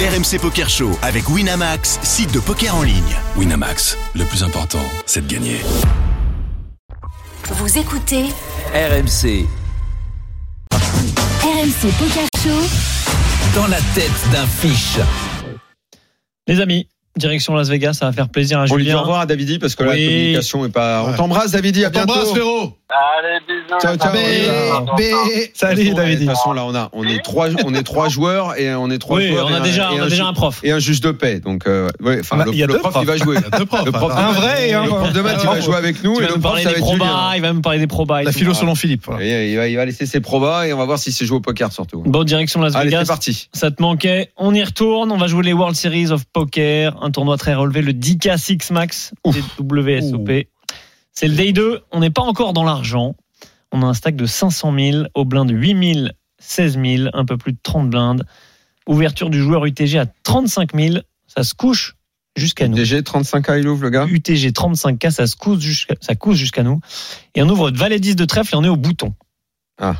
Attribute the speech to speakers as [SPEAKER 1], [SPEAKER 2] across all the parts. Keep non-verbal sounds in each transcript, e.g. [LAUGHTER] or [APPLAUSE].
[SPEAKER 1] RMC Poker Show avec Winamax, site de poker en ligne.
[SPEAKER 2] Winamax, le plus important, c'est de gagner.
[SPEAKER 3] Vous écoutez
[SPEAKER 4] RMC,
[SPEAKER 3] RMC Poker Show.
[SPEAKER 4] dans la tête d'un fiche.
[SPEAKER 5] Les amis, direction Las Vegas, ça va faire plaisir à
[SPEAKER 6] On lui dit
[SPEAKER 5] Julien.
[SPEAKER 6] au revoir à Davidi parce que la
[SPEAKER 5] Oui.
[SPEAKER 6] communication est pas. On t'embrasse Davidi, à bientôt.
[SPEAKER 7] T'embrasse Féro.
[SPEAKER 8] Allez, bisous.
[SPEAKER 6] Ciao, ciao.
[SPEAKER 7] Bé,
[SPEAKER 6] Ciao.
[SPEAKER 7] bé.
[SPEAKER 6] De toute
[SPEAKER 5] Salut
[SPEAKER 6] façon, De
[SPEAKER 5] David.
[SPEAKER 6] toute façon, là, on a, on est trois, on est trois joueurs et on est trois
[SPEAKER 5] Oui,
[SPEAKER 6] joueurs.
[SPEAKER 5] on
[SPEAKER 6] et
[SPEAKER 5] a déjà,
[SPEAKER 6] et
[SPEAKER 5] on a déjà un prof.
[SPEAKER 6] et un juge de paix. Donc, euh, ouais, enfin,
[SPEAKER 7] Bah,
[SPEAKER 6] le,
[SPEAKER 7] il y a
[SPEAKER 6] le
[SPEAKER 7] deux
[SPEAKER 6] prof,
[SPEAKER 7] profs.
[SPEAKER 6] il va jouer.
[SPEAKER 7] Il y a deux profs.
[SPEAKER 6] Le prof,
[SPEAKER 7] Un vrai et un Ah,
[SPEAKER 6] Le
[SPEAKER 7] faux.
[SPEAKER 6] prof de maths, il va jouer avec nous
[SPEAKER 5] Il
[SPEAKER 6] et
[SPEAKER 5] va
[SPEAKER 6] le
[SPEAKER 5] nous
[SPEAKER 6] prof,
[SPEAKER 5] parler
[SPEAKER 6] ça va
[SPEAKER 5] des
[SPEAKER 6] être Julien.
[SPEAKER 5] probas, il va me parler des probas. et
[SPEAKER 7] La
[SPEAKER 5] tout.
[SPEAKER 7] philo selon Philippe. voilà.
[SPEAKER 6] Et Il va, il va laisser ses probas et on va voir si c'est joué au poker surtout.
[SPEAKER 5] Bon, direction Las
[SPEAKER 6] Allez, c'est
[SPEAKER 5] Vegas.
[SPEAKER 6] parti.
[SPEAKER 5] Ça te manquait. On y retourne. On va jouer les World Series of Poker. Un tournoi très relevé, le 10K Six Max des WSOP. C'est le day 2. On n'est pas encore dans l'argent. On a un stack de 500 000 au blind de 8 000, 16 000, un peu plus de 30 blindes. Ouverture du joueur UTG à 35 000. Ça se couche jusqu'à nous.
[SPEAKER 6] DG 35 à il ouvre le gars.
[SPEAKER 5] UTG 35K, ça se couche jusqu'à, ça couche jusqu'à nous. Et on ouvre votre valet 10 de trèfle et on est au bouton.
[SPEAKER 6] Ah.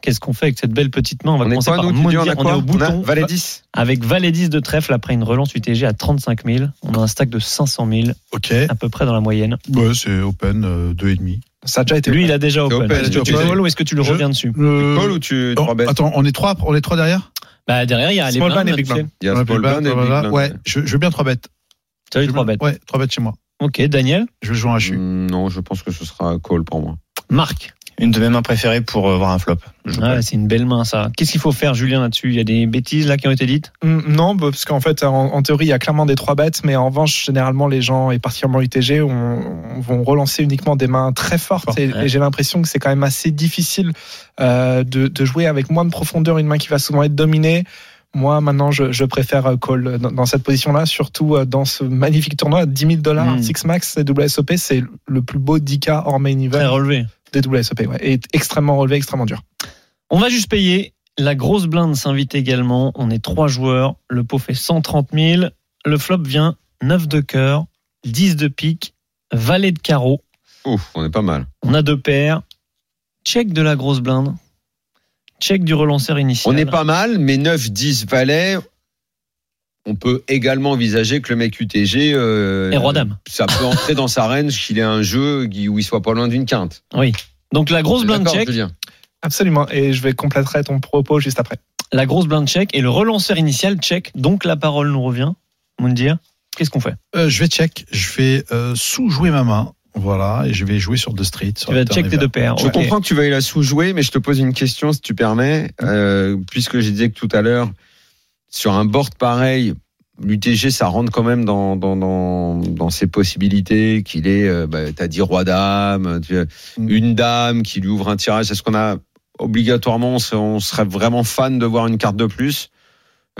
[SPEAKER 5] Qu'est-ce qu'on fait avec cette belle petite main On va
[SPEAKER 6] On est
[SPEAKER 5] commencer
[SPEAKER 6] quoi,
[SPEAKER 5] par
[SPEAKER 6] nous, tu dis,
[SPEAKER 5] maudire.
[SPEAKER 6] on a
[SPEAKER 5] On est
[SPEAKER 6] quoi
[SPEAKER 5] au
[SPEAKER 6] On a
[SPEAKER 5] bouton.
[SPEAKER 6] Valet 10.
[SPEAKER 5] Avec valet 10 de trèfle après une relance UTG à 35 000. On a un stack de 500 000,
[SPEAKER 7] Ok.
[SPEAKER 5] à peu près dans la moyenne.
[SPEAKER 7] Ouais, c'est open, euh, deux et demi.
[SPEAKER 6] Ça a déjà été.
[SPEAKER 5] Lui, il a déjà
[SPEAKER 6] C'est
[SPEAKER 5] open.
[SPEAKER 6] open,
[SPEAKER 5] Est-ce que
[SPEAKER 7] c'est
[SPEAKER 5] tu
[SPEAKER 7] open.
[SPEAKER 5] call ou est-ce que tu le
[SPEAKER 7] Je-
[SPEAKER 5] reviens dessus
[SPEAKER 7] Euh,
[SPEAKER 6] Call ou tu
[SPEAKER 7] oh,
[SPEAKER 6] trois bêtes
[SPEAKER 7] attends, on est trois, on est trois derrière.
[SPEAKER 5] Bah derrière, il y a les
[SPEAKER 7] Small
[SPEAKER 5] blindes,
[SPEAKER 7] blind et
[SPEAKER 5] tu
[SPEAKER 7] big
[SPEAKER 5] sais.
[SPEAKER 7] blind.
[SPEAKER 6] Il y a
[SPEAKER 7] Ouais,
[SPEAKER 6] Small
[SPEAKER 7] blind,
[SPEAKER 6] Blind et Big
[SPEAKER 7] blablabla.
[SPEAKER 6] Blind.
[SPEAKER 7] Ouais, je, je veux bien trois bêtes.
[SPEAKER 5] Tu as eu
[SPEAKER 7] Je veux-
[SPEAKER 5] trois bêtes.
[SPEAKER 7] Ouais, trois bêtes chez moi.
[SPEAKER 5] Ok, Daniel,
[SPEAKER 7] Je vais jouer un HU.
[SPEAKER 6] Hmm, Non, je pense que ce sera call pour moi.
[SPEAKER 5] Marc.
[SPEAKER 9] Une de mes mains préférées pour euh, voir un flop. Je
[SPEAKER 5] Ah, c'est une belle main ça. Qu'est-ce qu'il faut faire, Julien, là-dessus Il y a des bêtises là qui ont été dites
[SPEAKER 10] Mm, Non, bah, parce qu'en fait, en, en théorie, il y a clairement des trois bêtes, mais en revanche, généralement, les gens, et particulièrement UTG, on- on- vont relancer uniquement des mains très fortes. Et,
[SPEAKER 5] ouais.
[SPEAKER 10] et j'ai l'impression que c'est quand même assez difficile euh, de, de jouer avec moins de profondeur une main qui va souvent être dominée. Moi, maintenant, je, je préfère euh, call euh, dans, dans cette position-là, surtout euh, dans ce magnifique tournoi à 10 000 dollars,
[SPEAKER 5] Mm.
[SPEAKER 10] Six Max et WSOP, c'est le plus beau 10K hors main
[SPEAKER 5] Très
[SPEAKER 10] event
[SPEAKER 5] relevé.
[SPEAKER 10] des WSOP. Ouais, et extrêmement relevé, extrêmement dur.
[SPEAKER 5] On va juste payer. La grosse blinde s'invite également. On est trois joueurs. Le pot fait 130 000. Le flop vient 9 de cœur, 10 de pique, valet de carreau.
[SPEAKER 6] Ouf, on est pas mal.
[SPEAKER 5] On a deux paires. Check de la grosse blinde. Check du relanceur initial.
[SPEAKER 6] On est pas mal, mais 9, 10 valets. On peut également envisager que le mec UTG. euh,
[SPEAKER 5] Et roi dame.
[SPEAKER 6] Ça peut entrer dans sa range qu'il ait un jeu qui- où il soit pas loin d'une quinte.
[SPEAKER 5] Oui. Donc la grosse blinde
[SPEAKER 6] D'accord,
[SPEAKER 5] check,
[SPEAKER 6] Julien
[SPEAKER 10] Absolument. Et je vais compléter ton propos juste après.
[SPEAKER 5] la grosse blinde check et le relanceur initial check. Donc la parole nous revient. Moundir, qu'est-ce qu'on fait
[SPEAKER 7] Euh, je vais check. Je vais euh, sous-jouer ma main. Voilà, et je vais jouer sur deux streets. sur
[SPEAKER 5] Tu vas
[SPEAKER 7] le turn
[SPEAKER 5] check tes
[SPEAKER 7] river.
[SPEAKER 5] deux paires.
[SPEAKER 6] Je
[SPEAKER 5] Ok.
[SPEAKER 6] comprends que tu vas la sous-jouer, mais je te pose une question, si tu permets. Euh, puisque je disais que tout à l'heure, sur un board pareil, l'UTG, ça rentre quand même dans, dans, dans, dans ses possibilités, qu'il est, euh, bah, t'as dit roi-dame,
[SPEAKER 7] Mm.
[SPEAKER 6] une dame qui lui ouvre un tirage. Est-ce qu'on a obligatoirement, on se- on serait vraiment fan de voir une carte de plus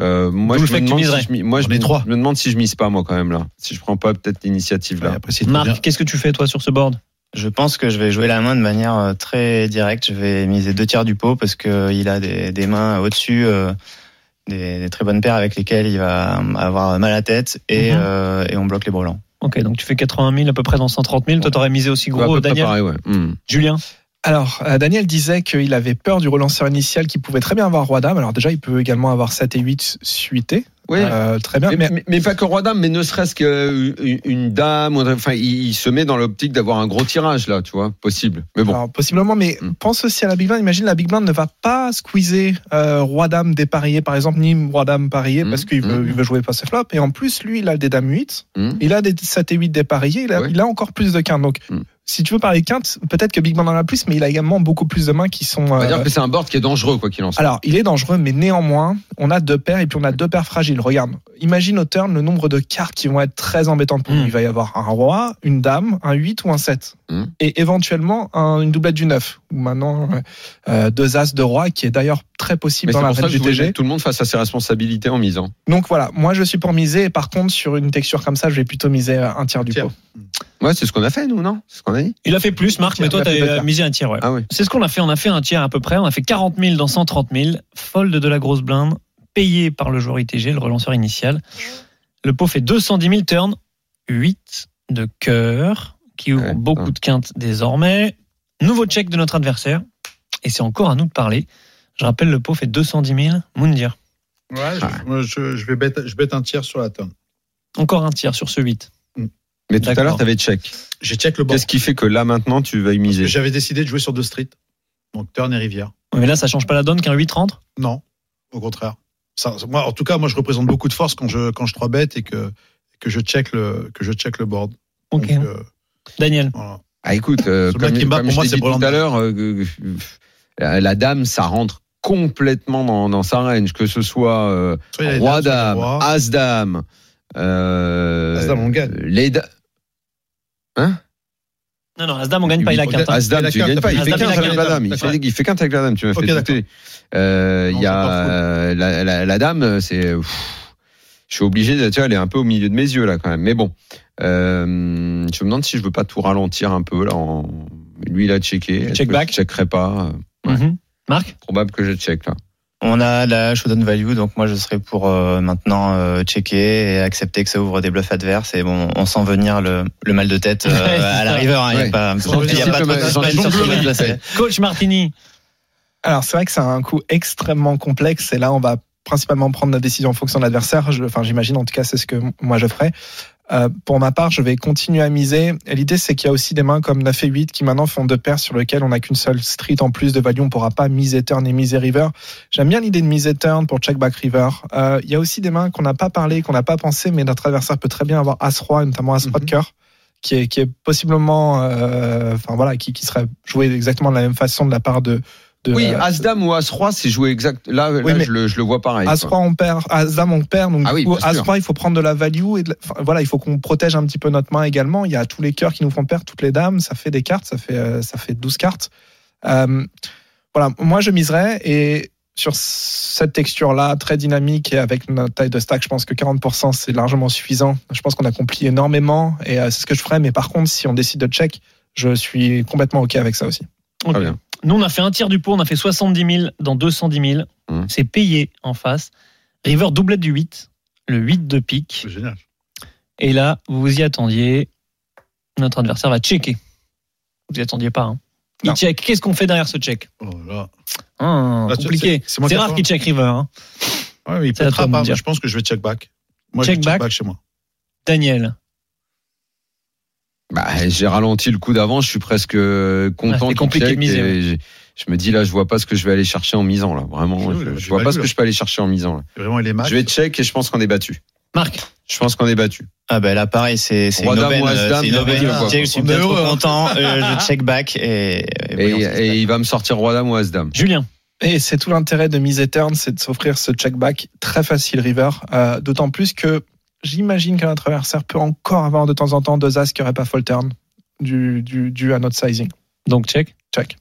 [SPEAKER 6] Euh, moi,
[SPEAKER 5] D'où
[SPEAKER 6] je
[SPEAKER 5] le fait
[SPEAKER 6] me,
[SPEAKER 5] que tu
[SPEAKER 6] demande si
[SPEAKER 5] miserais.
[SPEAKER 6] je, mi- moi je,
[SPEAKER 7] On est
[SPEAKER 6] me-
[SPEAKER 7] trois.
[SPEAKER 6] je me demande si je mise pas, moi, quand même, là. Si je prends pas peut-être l'initiative,
[SPEAKER 7] Ouais,
[SPEAKER 6] là.
[SPEAKER 7] après, c'est bien.
[SPEAKER 5] Marc, qu'est-ce que tu fais toi sur ce board
[SPEAKER 9] Je pense que je vais jouer la main de manière euh, très directe. Je vais miser deux tiers du pot parce que euh, il a des, des mains au-dessus, euh, des, des très bonnes paires avec lesquelles il va euh, avoir mal à la tête et,
[SPEAKER 5] Mhm.
[SPEAKER 9] euh, et on bloque les brelans.
[SPEAKER 5] Ok, donc tu fais 80 000 à peu près dans 130 000. Toi, t'aurais misé aussi
[SPEAKER 6] Ouais, à
[SPEAKER 5] gros,
[SPEAKER 6] peu près
[SPEAKER 5] Daniel.
[SPEAKER 6] pareil, ouais. Mm.
[SPEAKER 5] Julien
[SPEAKER 10] Alors, euh, Daniel disait qu'il avait peur du relanceur initial qui pouvait très bien avoir Roi-Dame. Alors déjà, il peut également avoir 7 et 8 suités.
[SPEAKER 6] Ouais,
[SPEAKER 10] Euh, très bien.
[SPEAKER 6] Mais,
[SPEAKER 10] Mais,
[SPEAKER 6] mais- mais pas que roi dame, mais ne serait-ce qu'une une dame. ou- Enfin, il, il se met dans l'optique d'avoir un gros tirage là, tu vois, possible. Mais bon,
[SPEAKER 10] alors, possiblement, mais
[SPEAKER 6] Hmm.
[SPEAKER 10] pense aussi à la Big Blind. Imagine, la Big Blind ne va pas squeezer euh, Roi-Dame dépareillé, par exemple, ni Roi-Dame parié,
[SPEAKER 6] Hmm.
[SPEAKER 10] parce qu'il veut,
[SPEAKER 6] Hmm.
[SPEAKER 10] il veut jouer pas ce flop. Et en plus, lui, il a des Dames 8,
[SPEAKER 6] Hmm.
[SPEAKER 10] il a des 7 et 8 dépareillés, il a,
[SPEAKER 6] Ouais.
[SPEAKER 10] il a encore plus de quintes. Donc,
[SPEAKER 6] Hmm.
[SPEAKER 10] si tu veux parler de quintes, peut-être que Big Blind en a plus, mais il a également beaucoup plus de mains qui sont...
[SPEAKER 6] on va
[SPEAKER 10] euh,
[SPEAKER 6] dire que c'est un board qui est dangereux quoi qu'il en soit.
[SPEAKER 10] Alors, il est dangereux, mais néanmoins, on a deux paires et puis on a deux paires fragiles. Regarde, imagine au turn le nombre de cartes qui vont être très embêtantes pour lui.
[SPEAKER 6] Hmm.
[SPEAKER 5] Mm.
[SPEAKER 10] Il va y avoir un roi, une dame, un 8 ou un 7.
[SPEAKER 6] Mm.
[SPEAKER 10] Et éventuellement, un- une doublette du 9. Ou maintenant, euh, deux as de roi, qui est d'ailleurs très possible
[SPEAKER 6] mais c'est
[SPEAKER 10] dans la
[SPEAKER 6] pour ça
[SPEAKER 10] reine
[SPEAKER 6] que je
[SPEAKER 10] du
[SPEAKER 6] voulais
[SPEAKER 10] TG.
[SPEAKER 6] mettre tout le monde face à ses responsabilités en hein. misant.
[SPEAKER 10] Donc voilà, moi je suis pour miser. Et par contre, sur une texture comme ça, je vais plutôt miser euh, un tiers du
[SPEAKER 7] Tiers.
[SPEAKER 10] pot.
[SPEAKER 6] Ouais, c'est ce qu'on a fait nous, non C'est ce qu'on a dit.
[SPEAKER 5] Il a fait plus, Marc, mais
[SPEAKER 10] Il
[SPEAKER 5] toi,
[SPEAKER 10] a fait deux
[SPEAKER 5] t'avais
[SPEAKER 10] tiers.
[SPEAKER 5] misé un tiers, ouais.
[SPEAKER 6] Ah oui.
[SPEAKER 5] C'est ce qu'on a fait. On a fait un tiers à peu près. On a fait 40 000 dans 130 000. Fold de la grosse blinde, payé par le joueur ITG, le relanceur initial. Le pot fait 210 000 turns, 8 de cœur, qui ouvre
[SPEAKER 6] Ouais,
[SPEAKER 5] beaucoup
[SPEAKER 6] ouais.
[SPEAKER 5] de quintes désormais. Nouveau check de notre adversaire. Et c'est encore à nous de parler. Je rappelle, le pot fait 210 000. Moundir.
[SPEAKER 7] Ouais, je- moi, je, je vais bête, je bête un tiers sur la tonne.
[SPEAKER 5] Encore un tiers sur ce 8.
[SPEAKER 6] Mais tout à
[SPEAKER 5] D'accord.
[SPEAKER 6] l'heure, tu avais check.
[SPEAKER 7] J'ai check le bord.
[SPEAKER 6] Qu'est-ce qui fait que là, maintenant, tu vas y miser
[SPEAKER 7] J'avais décidé de jouer sur deux streets, donc turn et rivière.
[SPEAKER 5] Mais là, ça change pas la donne qu'un 8 rentre.
[SPEAKER 7] Non, au contraire. Ça, moi, en tout cas, moi, je représente beaucoup de force quand je quand je trois bête et que que je check le que je check le board.
[SPEAKER 5] Ok.
[SPEAKER 7] Donc, euh,
[SPEAKER 5] Daniel.
[SPEAKER 7] voilà.
[SPEAKER 6] Ah, écoute, euh,
[SPEAKER 7] Ce
[SPEAKER 6] comme,
[SPEAKER 7] mec qui bat,
[SPEAKER 6] comme
[SPEAKER 7] pour
[SPEAKER 6] je
[SPEAKER 7] moi,
[SPEAKER 6] l'ai
[SPEAKER 7] c'est
[SPEAKER 6] dit tout
[SPEAKER 7] Brolanda.
[SPEAKER 6] à l'heure, euh, que- que- la la dame, ça rentre complètement dans, dans sa range, que ce soit euh,
[SPEAKER 7] Soit il y a les
[SPEAKER 6] roi Ah. dame,
[SPEAKER 7] dames, soit il y a le roi.
[SPEAKER 6] as dame, euh,
[SPEAKER 7] As-dame, on gagne.
[SPEAKER 6] les da-
[SPEAKER 5] Non, non, Asdam, on gagne pas, il a
[SPEAKER 7] Huit.
[SPEAKER 5] carte. hein.
[SPEAKER 6] As-dame,
[SPEAKER 7] Il a
[SPEAKER 6] tu
[SPEAKER 7] carte,
[SPEAKER 6] gagnes pas. Il
[SPEAKER 5] t'as
[SPEAKER 6] fait
[SPEAKER 5] pas.
[SPEAKER 6] 15
[SPEAKER 5] As-dame, il a
[SPEAKER 6] avec la
[SPEAKER 7] carte.
[SPEAKER 6] dame. Il fait-
[SPEAKER 7] D'accord.
[SPEAKER 6] il fait 15 avec la dame. Tu m'as
[SPEAKER 7] Ok,
[SPEAKER 6] fait douter. Euh, Il
[SPEAKER 7] Non,
[SPEAKER 6] y
[SPEAKER 7] c'est pas
[SPEAKER 6] a
[SPEAKER 7] faux.
[SPEAKER 6] euh, la, la- la dame, c'est. pff, Je suis obligé de. Tu vois, elle est un peu au milieu de mes yeux là quand même. Mais bon, Euh, je me demande si je veux pas tout ralentir un peu là. En... Lui, il a checké. Est-ce
[SPEAKER 5] Check
[SPEAKER 6] que
[SPEAKER 5] back.
[SPEAKER 6] Je checkerai pas. Euh, Ouais.
[SPEAKER 5] Mhm. Marc
[SPEAKER 6] Probable que je check là.
[SPEAKER 9] On a la showdown value, donc moi je serais pour euh, maintenant euh, checker et accepter que ça ouvre des bluffs adverses. Et bon, on sent venir le, le mal de tête euh,
[SPEAKER 5] Ouais, c'est
[SPEAKER 9] à la
[SPEAKER 5] ça.
[SPEAKER 9] river. hein, Il n'y
[SPEAKER 6] Ouais.
[SPEAKER 9] a pas,
[SPEAKER 6] Sans
[SPEAKER 9] il y a pas trop de-
[SPEAKER 6] diplôme- sans
[SPEAKER 9] pas de
[SPEAKER 6] diplôme
[SPEAKER 9] surprise.
[SPEAKER 6] de la tête.
[SPEAKER 5] Coach Martini.
[SPEAKER 10] Alors c'est vrai que c'est un coup extrêmement complexe et là on va principalement prendre la décision en fonction de l'adversaire. Je- Enfin j'imagine en tout cas c'est ce que m- moi je ferai. Euh, pour ma part, je vais continuer à miser. Et L'idée, c'est qu'il y a aussi des mains comme 9 et 8 qui maintenant font deux paires sur lesquelles on n'a qu'une seule street en plus de value. On ne pourra pas miser turn et miser river. J'aime bien l'idée de miser turn pour check back river. Euh, Il y a aussi des mains qu'on n'a pas parlé, qu'on n'a pas pensé, mais notre adversaire peut très bien avoir as roi, notamment as roi de cœur, qui est, qui est possiblement, euh, enfin voilà, qui, qui serait joué exactement de la même façon de la part de. de
[SPEAKER 6] Oui,
[SPEAKER 10] euh,
[SPEAKER 6] As-Dame ou As-Roi, c'est joué exact. Là, là,
[SPEAKER 10] Oui, mais-
[SPEAKER 6] je, le, je le vois pareil. quoi.
[SPEAKER 10] As-Roi, on perd. As-Dame, on perd. Donc,
[SPEAKER 6] Ah
[SPEAKER 10] du
[SPEAKER 6] oui,
[SPEAKER 10] coup,
[SPEAKER 6] bien sûr.
[SPEAKER 10] As-Roi, il faut prendre de la value. Et de la- enfin, voilà, il faut qu'on protège un petit peu notre main également. Il y a tous les cœurs qui nous font perdre, toutes les dames. Ça fait des cartes. Ça fait, euh, ça fait 12 cartes. Euh, voilà, moi, je miserais. Et sur cette texture-là, très dynamique et avec notre taille de stack, je pense que 40%, c'est largement suffisant. Je pense qu'on accomplit énormément. Et euh, c'est ce que je ferais. Mais par contre, si on décide de check, je suis complètement OK avec ça aussi.
[SPEAKER 5] Ok.
[SPEAKER 9] Ah,
[SPEAKER 6] Très bien.
[SPEAKER 5] Nous, on a fait un tiers du pot, on a fait 70 000 dans 210 000.
[SPEAKER 9] Hum.
[SPEAKER 6] Mhm.
[SPEAKER 5] C'est payé en face. River doublette du 8, le 8 de pique.
[SPEAKER 7] C'est génial.
[SPEAKER 5] Et là, vous vous y attendiez. Notre adversaire va checker. Vous y attendiez pas. hein. Il
[SPEAKER 10] Non.
[SPEAKER 5] check. Qu'est-ce qu'on fait derrière ce check
[SPEAKER 7] Oh là.
[SPEAKER 5] Hein,
[SPEAKER 7] Là, Bah, c'est-
[SPEAKER 5] Compliqué.
[SPEAKER 7] c'est- c'est moi
[SPEAKER 5] C'est
[SPEAKER 7] qui
[SPEAKER 5] rare
[SPEAKER 7] attends.
[SPEAKER 5] qu'il check River. hein.
[SPEAKER 7] Ouais, mais il
[SPEAKER 5] C'est à toi
[SPEAKER 7] pètera
[SPEAKER 5] de me
[SPEAKER 7] pas.
[SPEAKER 5] dire.
[SPEAKER 7] Moi, je pense que je vais check back. Moi,
[SPEAKER 5] Check
[SPEAKER 7] je vais
[SPEAKER 5] back.
[SPEAKER 7] check back chez moi.
[SPEAKER 5] Daniel.
[SPEAKER 6] Bah, j'ai ralenti le coup d'avant. Je suis presque euh,
[SPEAKER 5] Ouais,
[SPEAKER 6] content.
[SPEAKER 5] c'est
[SPEAKER 6] qu'il
[SPEAKER 5] compliqué de
[SPEAKER 6] check
[SPEAKER 5] miser,
[SPEAKER 6] et
[SPEAKER 5] ouais.
[SPEAKER 6] j'ai- Je me dis là, je vois pas ce que je vais aller chercher en misant là. Vraiment,
[SPEAKER 7] Oui,
[SPEAKER 6] je,
[SPEAKER 7] oui,
[SPEAKER 6] je
[SPEAKER 7] tu
[SPEAKER 6] vois
[SPEAKER 7] vas
[SPEAKER 6] pas
[SPEAKER 7] lui,
[SPEAKER 6] ce que
[SPEAKER 7] là.
[SPEAKER 6] je peux aller chercher en misant là.
[SPEAKER 7] Vraiment, il est match.
[SPEAKER 6] Je vais check et je pense qu'on est battu.
[SPEAKER 5] Marc.
[SPEAKER 6] Je pense qu'on est battu.
[SPEAKER 9] Ah ben là pareil, c'est c'est une
[SPEAKER 6] Roi dame
[SPEAKER 9] aubaine.
[SPEAKER 6] ou as
[SPEAKER 9] euh,
[SPEAKER 6] dame,
[SPEAKER 9] c'est
[SPEAKER 6] il
[SPEAKER 9] une
[SPEAKER 6] y a
[SPEAKER 9] aubaine.
[SPEAKER 6] rien à voir.
[SPEAKER 9] Je suis
[SPEAKER 7] On est
[SPEAKER 9] bien trop
[SPEAKER 7] heureux, hein.
[SPEAKER 9] content. euh, Je check back et, et
[SPEAKER 6] Et,
[SPEAKER 9] voyons ce qui se
[SPEAKER 6] et
[SPEAKER 9] passe.
[SPEAKER 6] il va me sortir roi dame ou as dame.
[SPEAKER 5] Julien.
[SPEAKER 10] Et c'est tout l'intérêt de Mise Turn, c'est de s'offrir ce check-back très facile river. Euh, D'autant plus que j'imagine que notre adversaire peut encore avoir de temps en temps deux as qui n'auraient pas full turn, dû, dû, dû à notre sizing.
[SPEAKER 5] Donc check.
[SPEAKER 10] Check.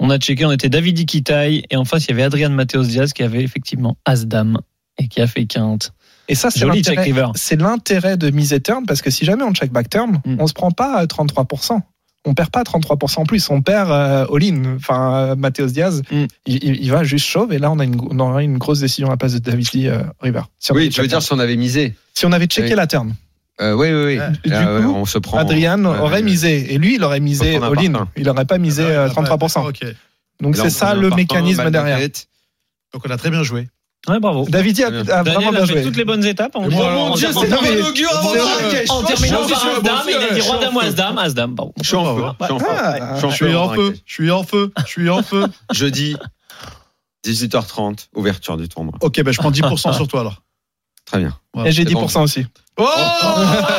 [SPEAKER 5] On a checké, on était David Iquitaille et en face il y avait Adrian Mateos Diaz qui avait effectivement As-Dame et qui a fait quinte.
[SPEAKER 10] Et ça, c'est
[SPEAKER 5] Joli check
[SPEAKER 10] l'intérêt.
[SPEAKER 5] river.
[SPEAKER 10] C'est l'intérêt de Mise Turn parce que si jamais on check back turn,
[SPEAKER 5] Mm.
[SPEAKER 10] on se prend pas à 33%. On perd pas 33% en plus, on perd euh, all-in. Enfin, euh, Mateos Diaz,
[SPEAKER 5] Mm.
[SPEAKER 10] il, il- il va juste chauve et là, on a une, gro- on aura une grosse décision à la place de David Lee euh, River. Si on
[SPEAKER 6] Oui,
[SPEAKER 10] avait
[SPEAKER 6] tu veux
[SPEAKER 10] check
[SPEAKER 6] dire
[SPEAKER 10] back.
[SPEAKER 6] si on avait misé.
[SPEAKER 10] Si on avait checké
[SPEAKER 6] Oui.
[SPEAKER 10] la turn.
[SPEAKER 6] Euh, oui, oui, oui.
[SPEAKER 7] Ouais.
[SPEAKER 10] Du
[SPEAKER 6] Là, ouais,
[SPEAKER 10] coup,
[SPEAKER 6] on se prend.
[SPEAKER 10] Adrian
[SPEAKER 6] ouais,
[SPEAKER 10] aurait
[SPEAKER 6] ouais.
[SPEAKER 10] misé, et lui, il aurait misé
[SPEAKER 6] Faut prendre un
[SPEAKER 10] all-in.
[SPEAKER 6] partant.
[SPEAKER 10] Il n'aurait pas misé
[SPEAKER 7] Ah,
[SPEAKER 10] euh,
[SPEAKER 7] bah, d'accord,
[SPEAKER 10] 33%.
[SPEAKER 7] ok.
[SPEAKER 10] Donc
[SPEAKER 6] Là,
[SPEAKER 10] c'est
[SPEAKER 6] on
[SPEAKER 10] ça
[SPEAKER 6] prend
[SPEAKER 10] le
[SPEAKER 6] un
[SPEAKER 10] mécanisme
[SPEAKER 6] partant, mal de
[SPEAKER 10] derrière.
[SPEAKER 6] tête.
[SPEAKER 7] Donc, on a très bien joué.
[SPEAKER 5] Ouais, Ah, bravo.
[SPEAKER 10] David
[SPEAKER 6] Très
[SPEAKER 10] a, a vraiment
[SPEAKER 5] Daniel a
[SPEAKER 10] bien
[SPEAKER 5] fait
[SPEAKER 10] joué.
[SPEAKER 5] toutes les bonnes étapes. hein. En,
[SPEAKER 7] Et moi,
[SPEAKER 5] en-
[SPEAKER 7] mon
[SPEAKER 5] en-
[SPEAKER 7] Dieu,
[SPEAKER 5] en-
[SPEAKER 7] c'est
[SPEAKER 5] en-
[SPEAKER 7] dingue.
[SPEAKER 5] oh en terminant par As-Dame, il a dit Roi-Dame ou As-Dame. As-Dame, pardon.
[SPEAKER 6] Je suis en feu.
[SPEAKER 5] Ouais.
[SPEAKER 6] Je suis en feu.
[SPEAKER 10] Ah,
[SPEAKER 6] Je suis en
[SPEAKER 7] Je suis en feu. Je suis en feu. Je suis en feu.
[SPEAKER 6] Jeudi, 18h30, ouverture du tournoi.
[SPEAKER 7] Ok, ben je prends 10% sur toi alors.
[SPEAKER 6] Très bien.
[SPEAKER 10] Et j'ai
[SPEAKER 6] C'est bon.
[SPEAKER 10] 10% aussi.
[SPEAKER 7] Oh [LAUGHS]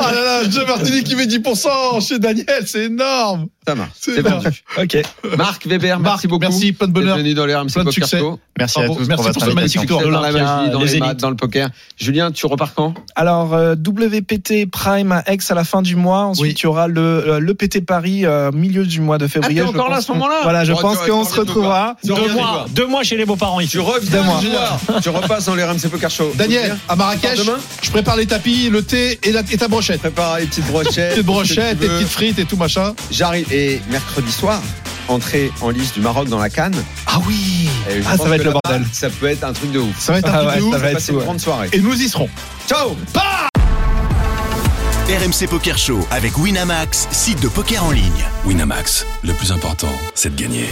[SPEAKER 7] Ah là là, Joe Martini qui met 10% chez Daniel, c'est énorme.
[SPEAKER 6] Ça marche.
[SPEAKER 7] C'est
[SPEAKER 6] C'est
[SPEAKER 7] bien.
[SPEAKER 6] vendu.
[SPEAKER 10] Ok.
[SPEAKER 6] Marc Weber,
[SPEAKER 7] Marc,
[SPEAKER 6] merci beaucoup.
[SPEAKER 7] Merci, plein de
[SPEAKER 6] Bonheur.
[SPEAKER 7] bonheur.
[SPEAKER 6] Bienvenue dans les RMC
[SPEAKER 7] Plein de
[SPEAKER 6] Poker
[SPEAKER 7] succès.
[SPEAKER 6] Show.
[SPEAKER 9] Merci à
[SPEAKER 7] Bravo.
[SPEAKER 9] tous
[SPEAKER 7] Merci
[SPEAKER 9] pour votre
[SPEAKER 7] pour ce magnifique
[SPEAKER 9] invitation.
[SPEAKER 7] tour.
[SPEAKER 6] Dans la
[SPEAKER 5] l'Olympia,
[SPEAKER 6] magie, dans
[SPEAKER 5] les
[SPEAKER 6] les, maths,
[SPEAKER 5] élites.
[SPEAKER 6] dans le poker. Julien, tu repars quand
[SPEAKER 10] Alors, euh, WPT Prime à Aix à la fin du mois. Ensuite,
[SPEAKER 7] Oui.
[SPEAKER 10] il y aura le, euh, le PT Paris euh, milieu du mois de février.
[SPEAKER 6] Ah, t'es
[SPEAKER 10] Je
[SPEAKER 6] encore là
[SPEAKER 10] pense
[SPEAKER 6] à ce
[SPEAKER 10] qu'on-
[SPEAKER 6] moment-là
[SPEAKER 10] Voilà, je
[SPEAKER 6] Bon,
[SPEAKER 10] pense
[SPEAKER 6] tu-
[SPEAKER 10] qu'on
[SPEAKER 6] tu
[SPEAKER 10] se
[SPEAKER 6] reviens de
[SPEAKER 10] retrouvera.
[SPEAKER 5] Deux mois, deux mois chez les beaux-parents ici.
[SPEAKER 6] Tu reviens,
[SPEAKER 10] Deux mois.
[SPEAKER 6] Julien. tu repasses dans les RMC Poker Show.
[SPEAKER 7] Daniel, à Marrakech,
[SPEAKER 6] Demain
[SPEAKER 7] je prépare les tapis, le thé et, la, et ta brochette.
[SPEAKER 6] Prépare les petites brochettes. ce
[SPEAKER 7] Tes brochettes,
[SPEAKER 6] que tu
[SPEAKER 7] tes
[SPEAKER 6] veux.
[SPEAKER 7] petites frites et tout machin.
[SPEAKER 6] J'arrive. Et mercredi soir, entrée en lice du Maroc dans la Cannes.
[SPEAKER 7] Ah oui
[SPEAKER 6] Et je
[SPEAKER 10] Ah, ça
[SPEAKER 6] pense
[SPEAKER 10] va
[SPEAKER 6] que
[SPEAKER 10] être le
[SPEAKER 6] là-bas,
[SPEAKER 10] bordel.
[SPEAKER 6] Ça peut être un truc de ouf.
[SPEAKER 7] Ça va être un
[SPEAKER 10] Ah
[SPEAKER 7] truc
[SPEAKER 10] ouais,
[SPEAKER 7] de ouf.
[SPEAKER 10] ça va être
[SPEAKER 6] Passez
[SPEAKER 10] fou,
[SPEAKER 6] une
[SPEAKER 10] ouais.
[SPEAKER 6] grande soirée.
[SPEAKER 7] Et nous y serons.
[SPEAKER 6] Ciao
[SPEAKER 1] RMC Poker Show avec Winamax, site de poker en ligne.
[SPEAKER 2] Winamax, le plus important, c'est de gagner.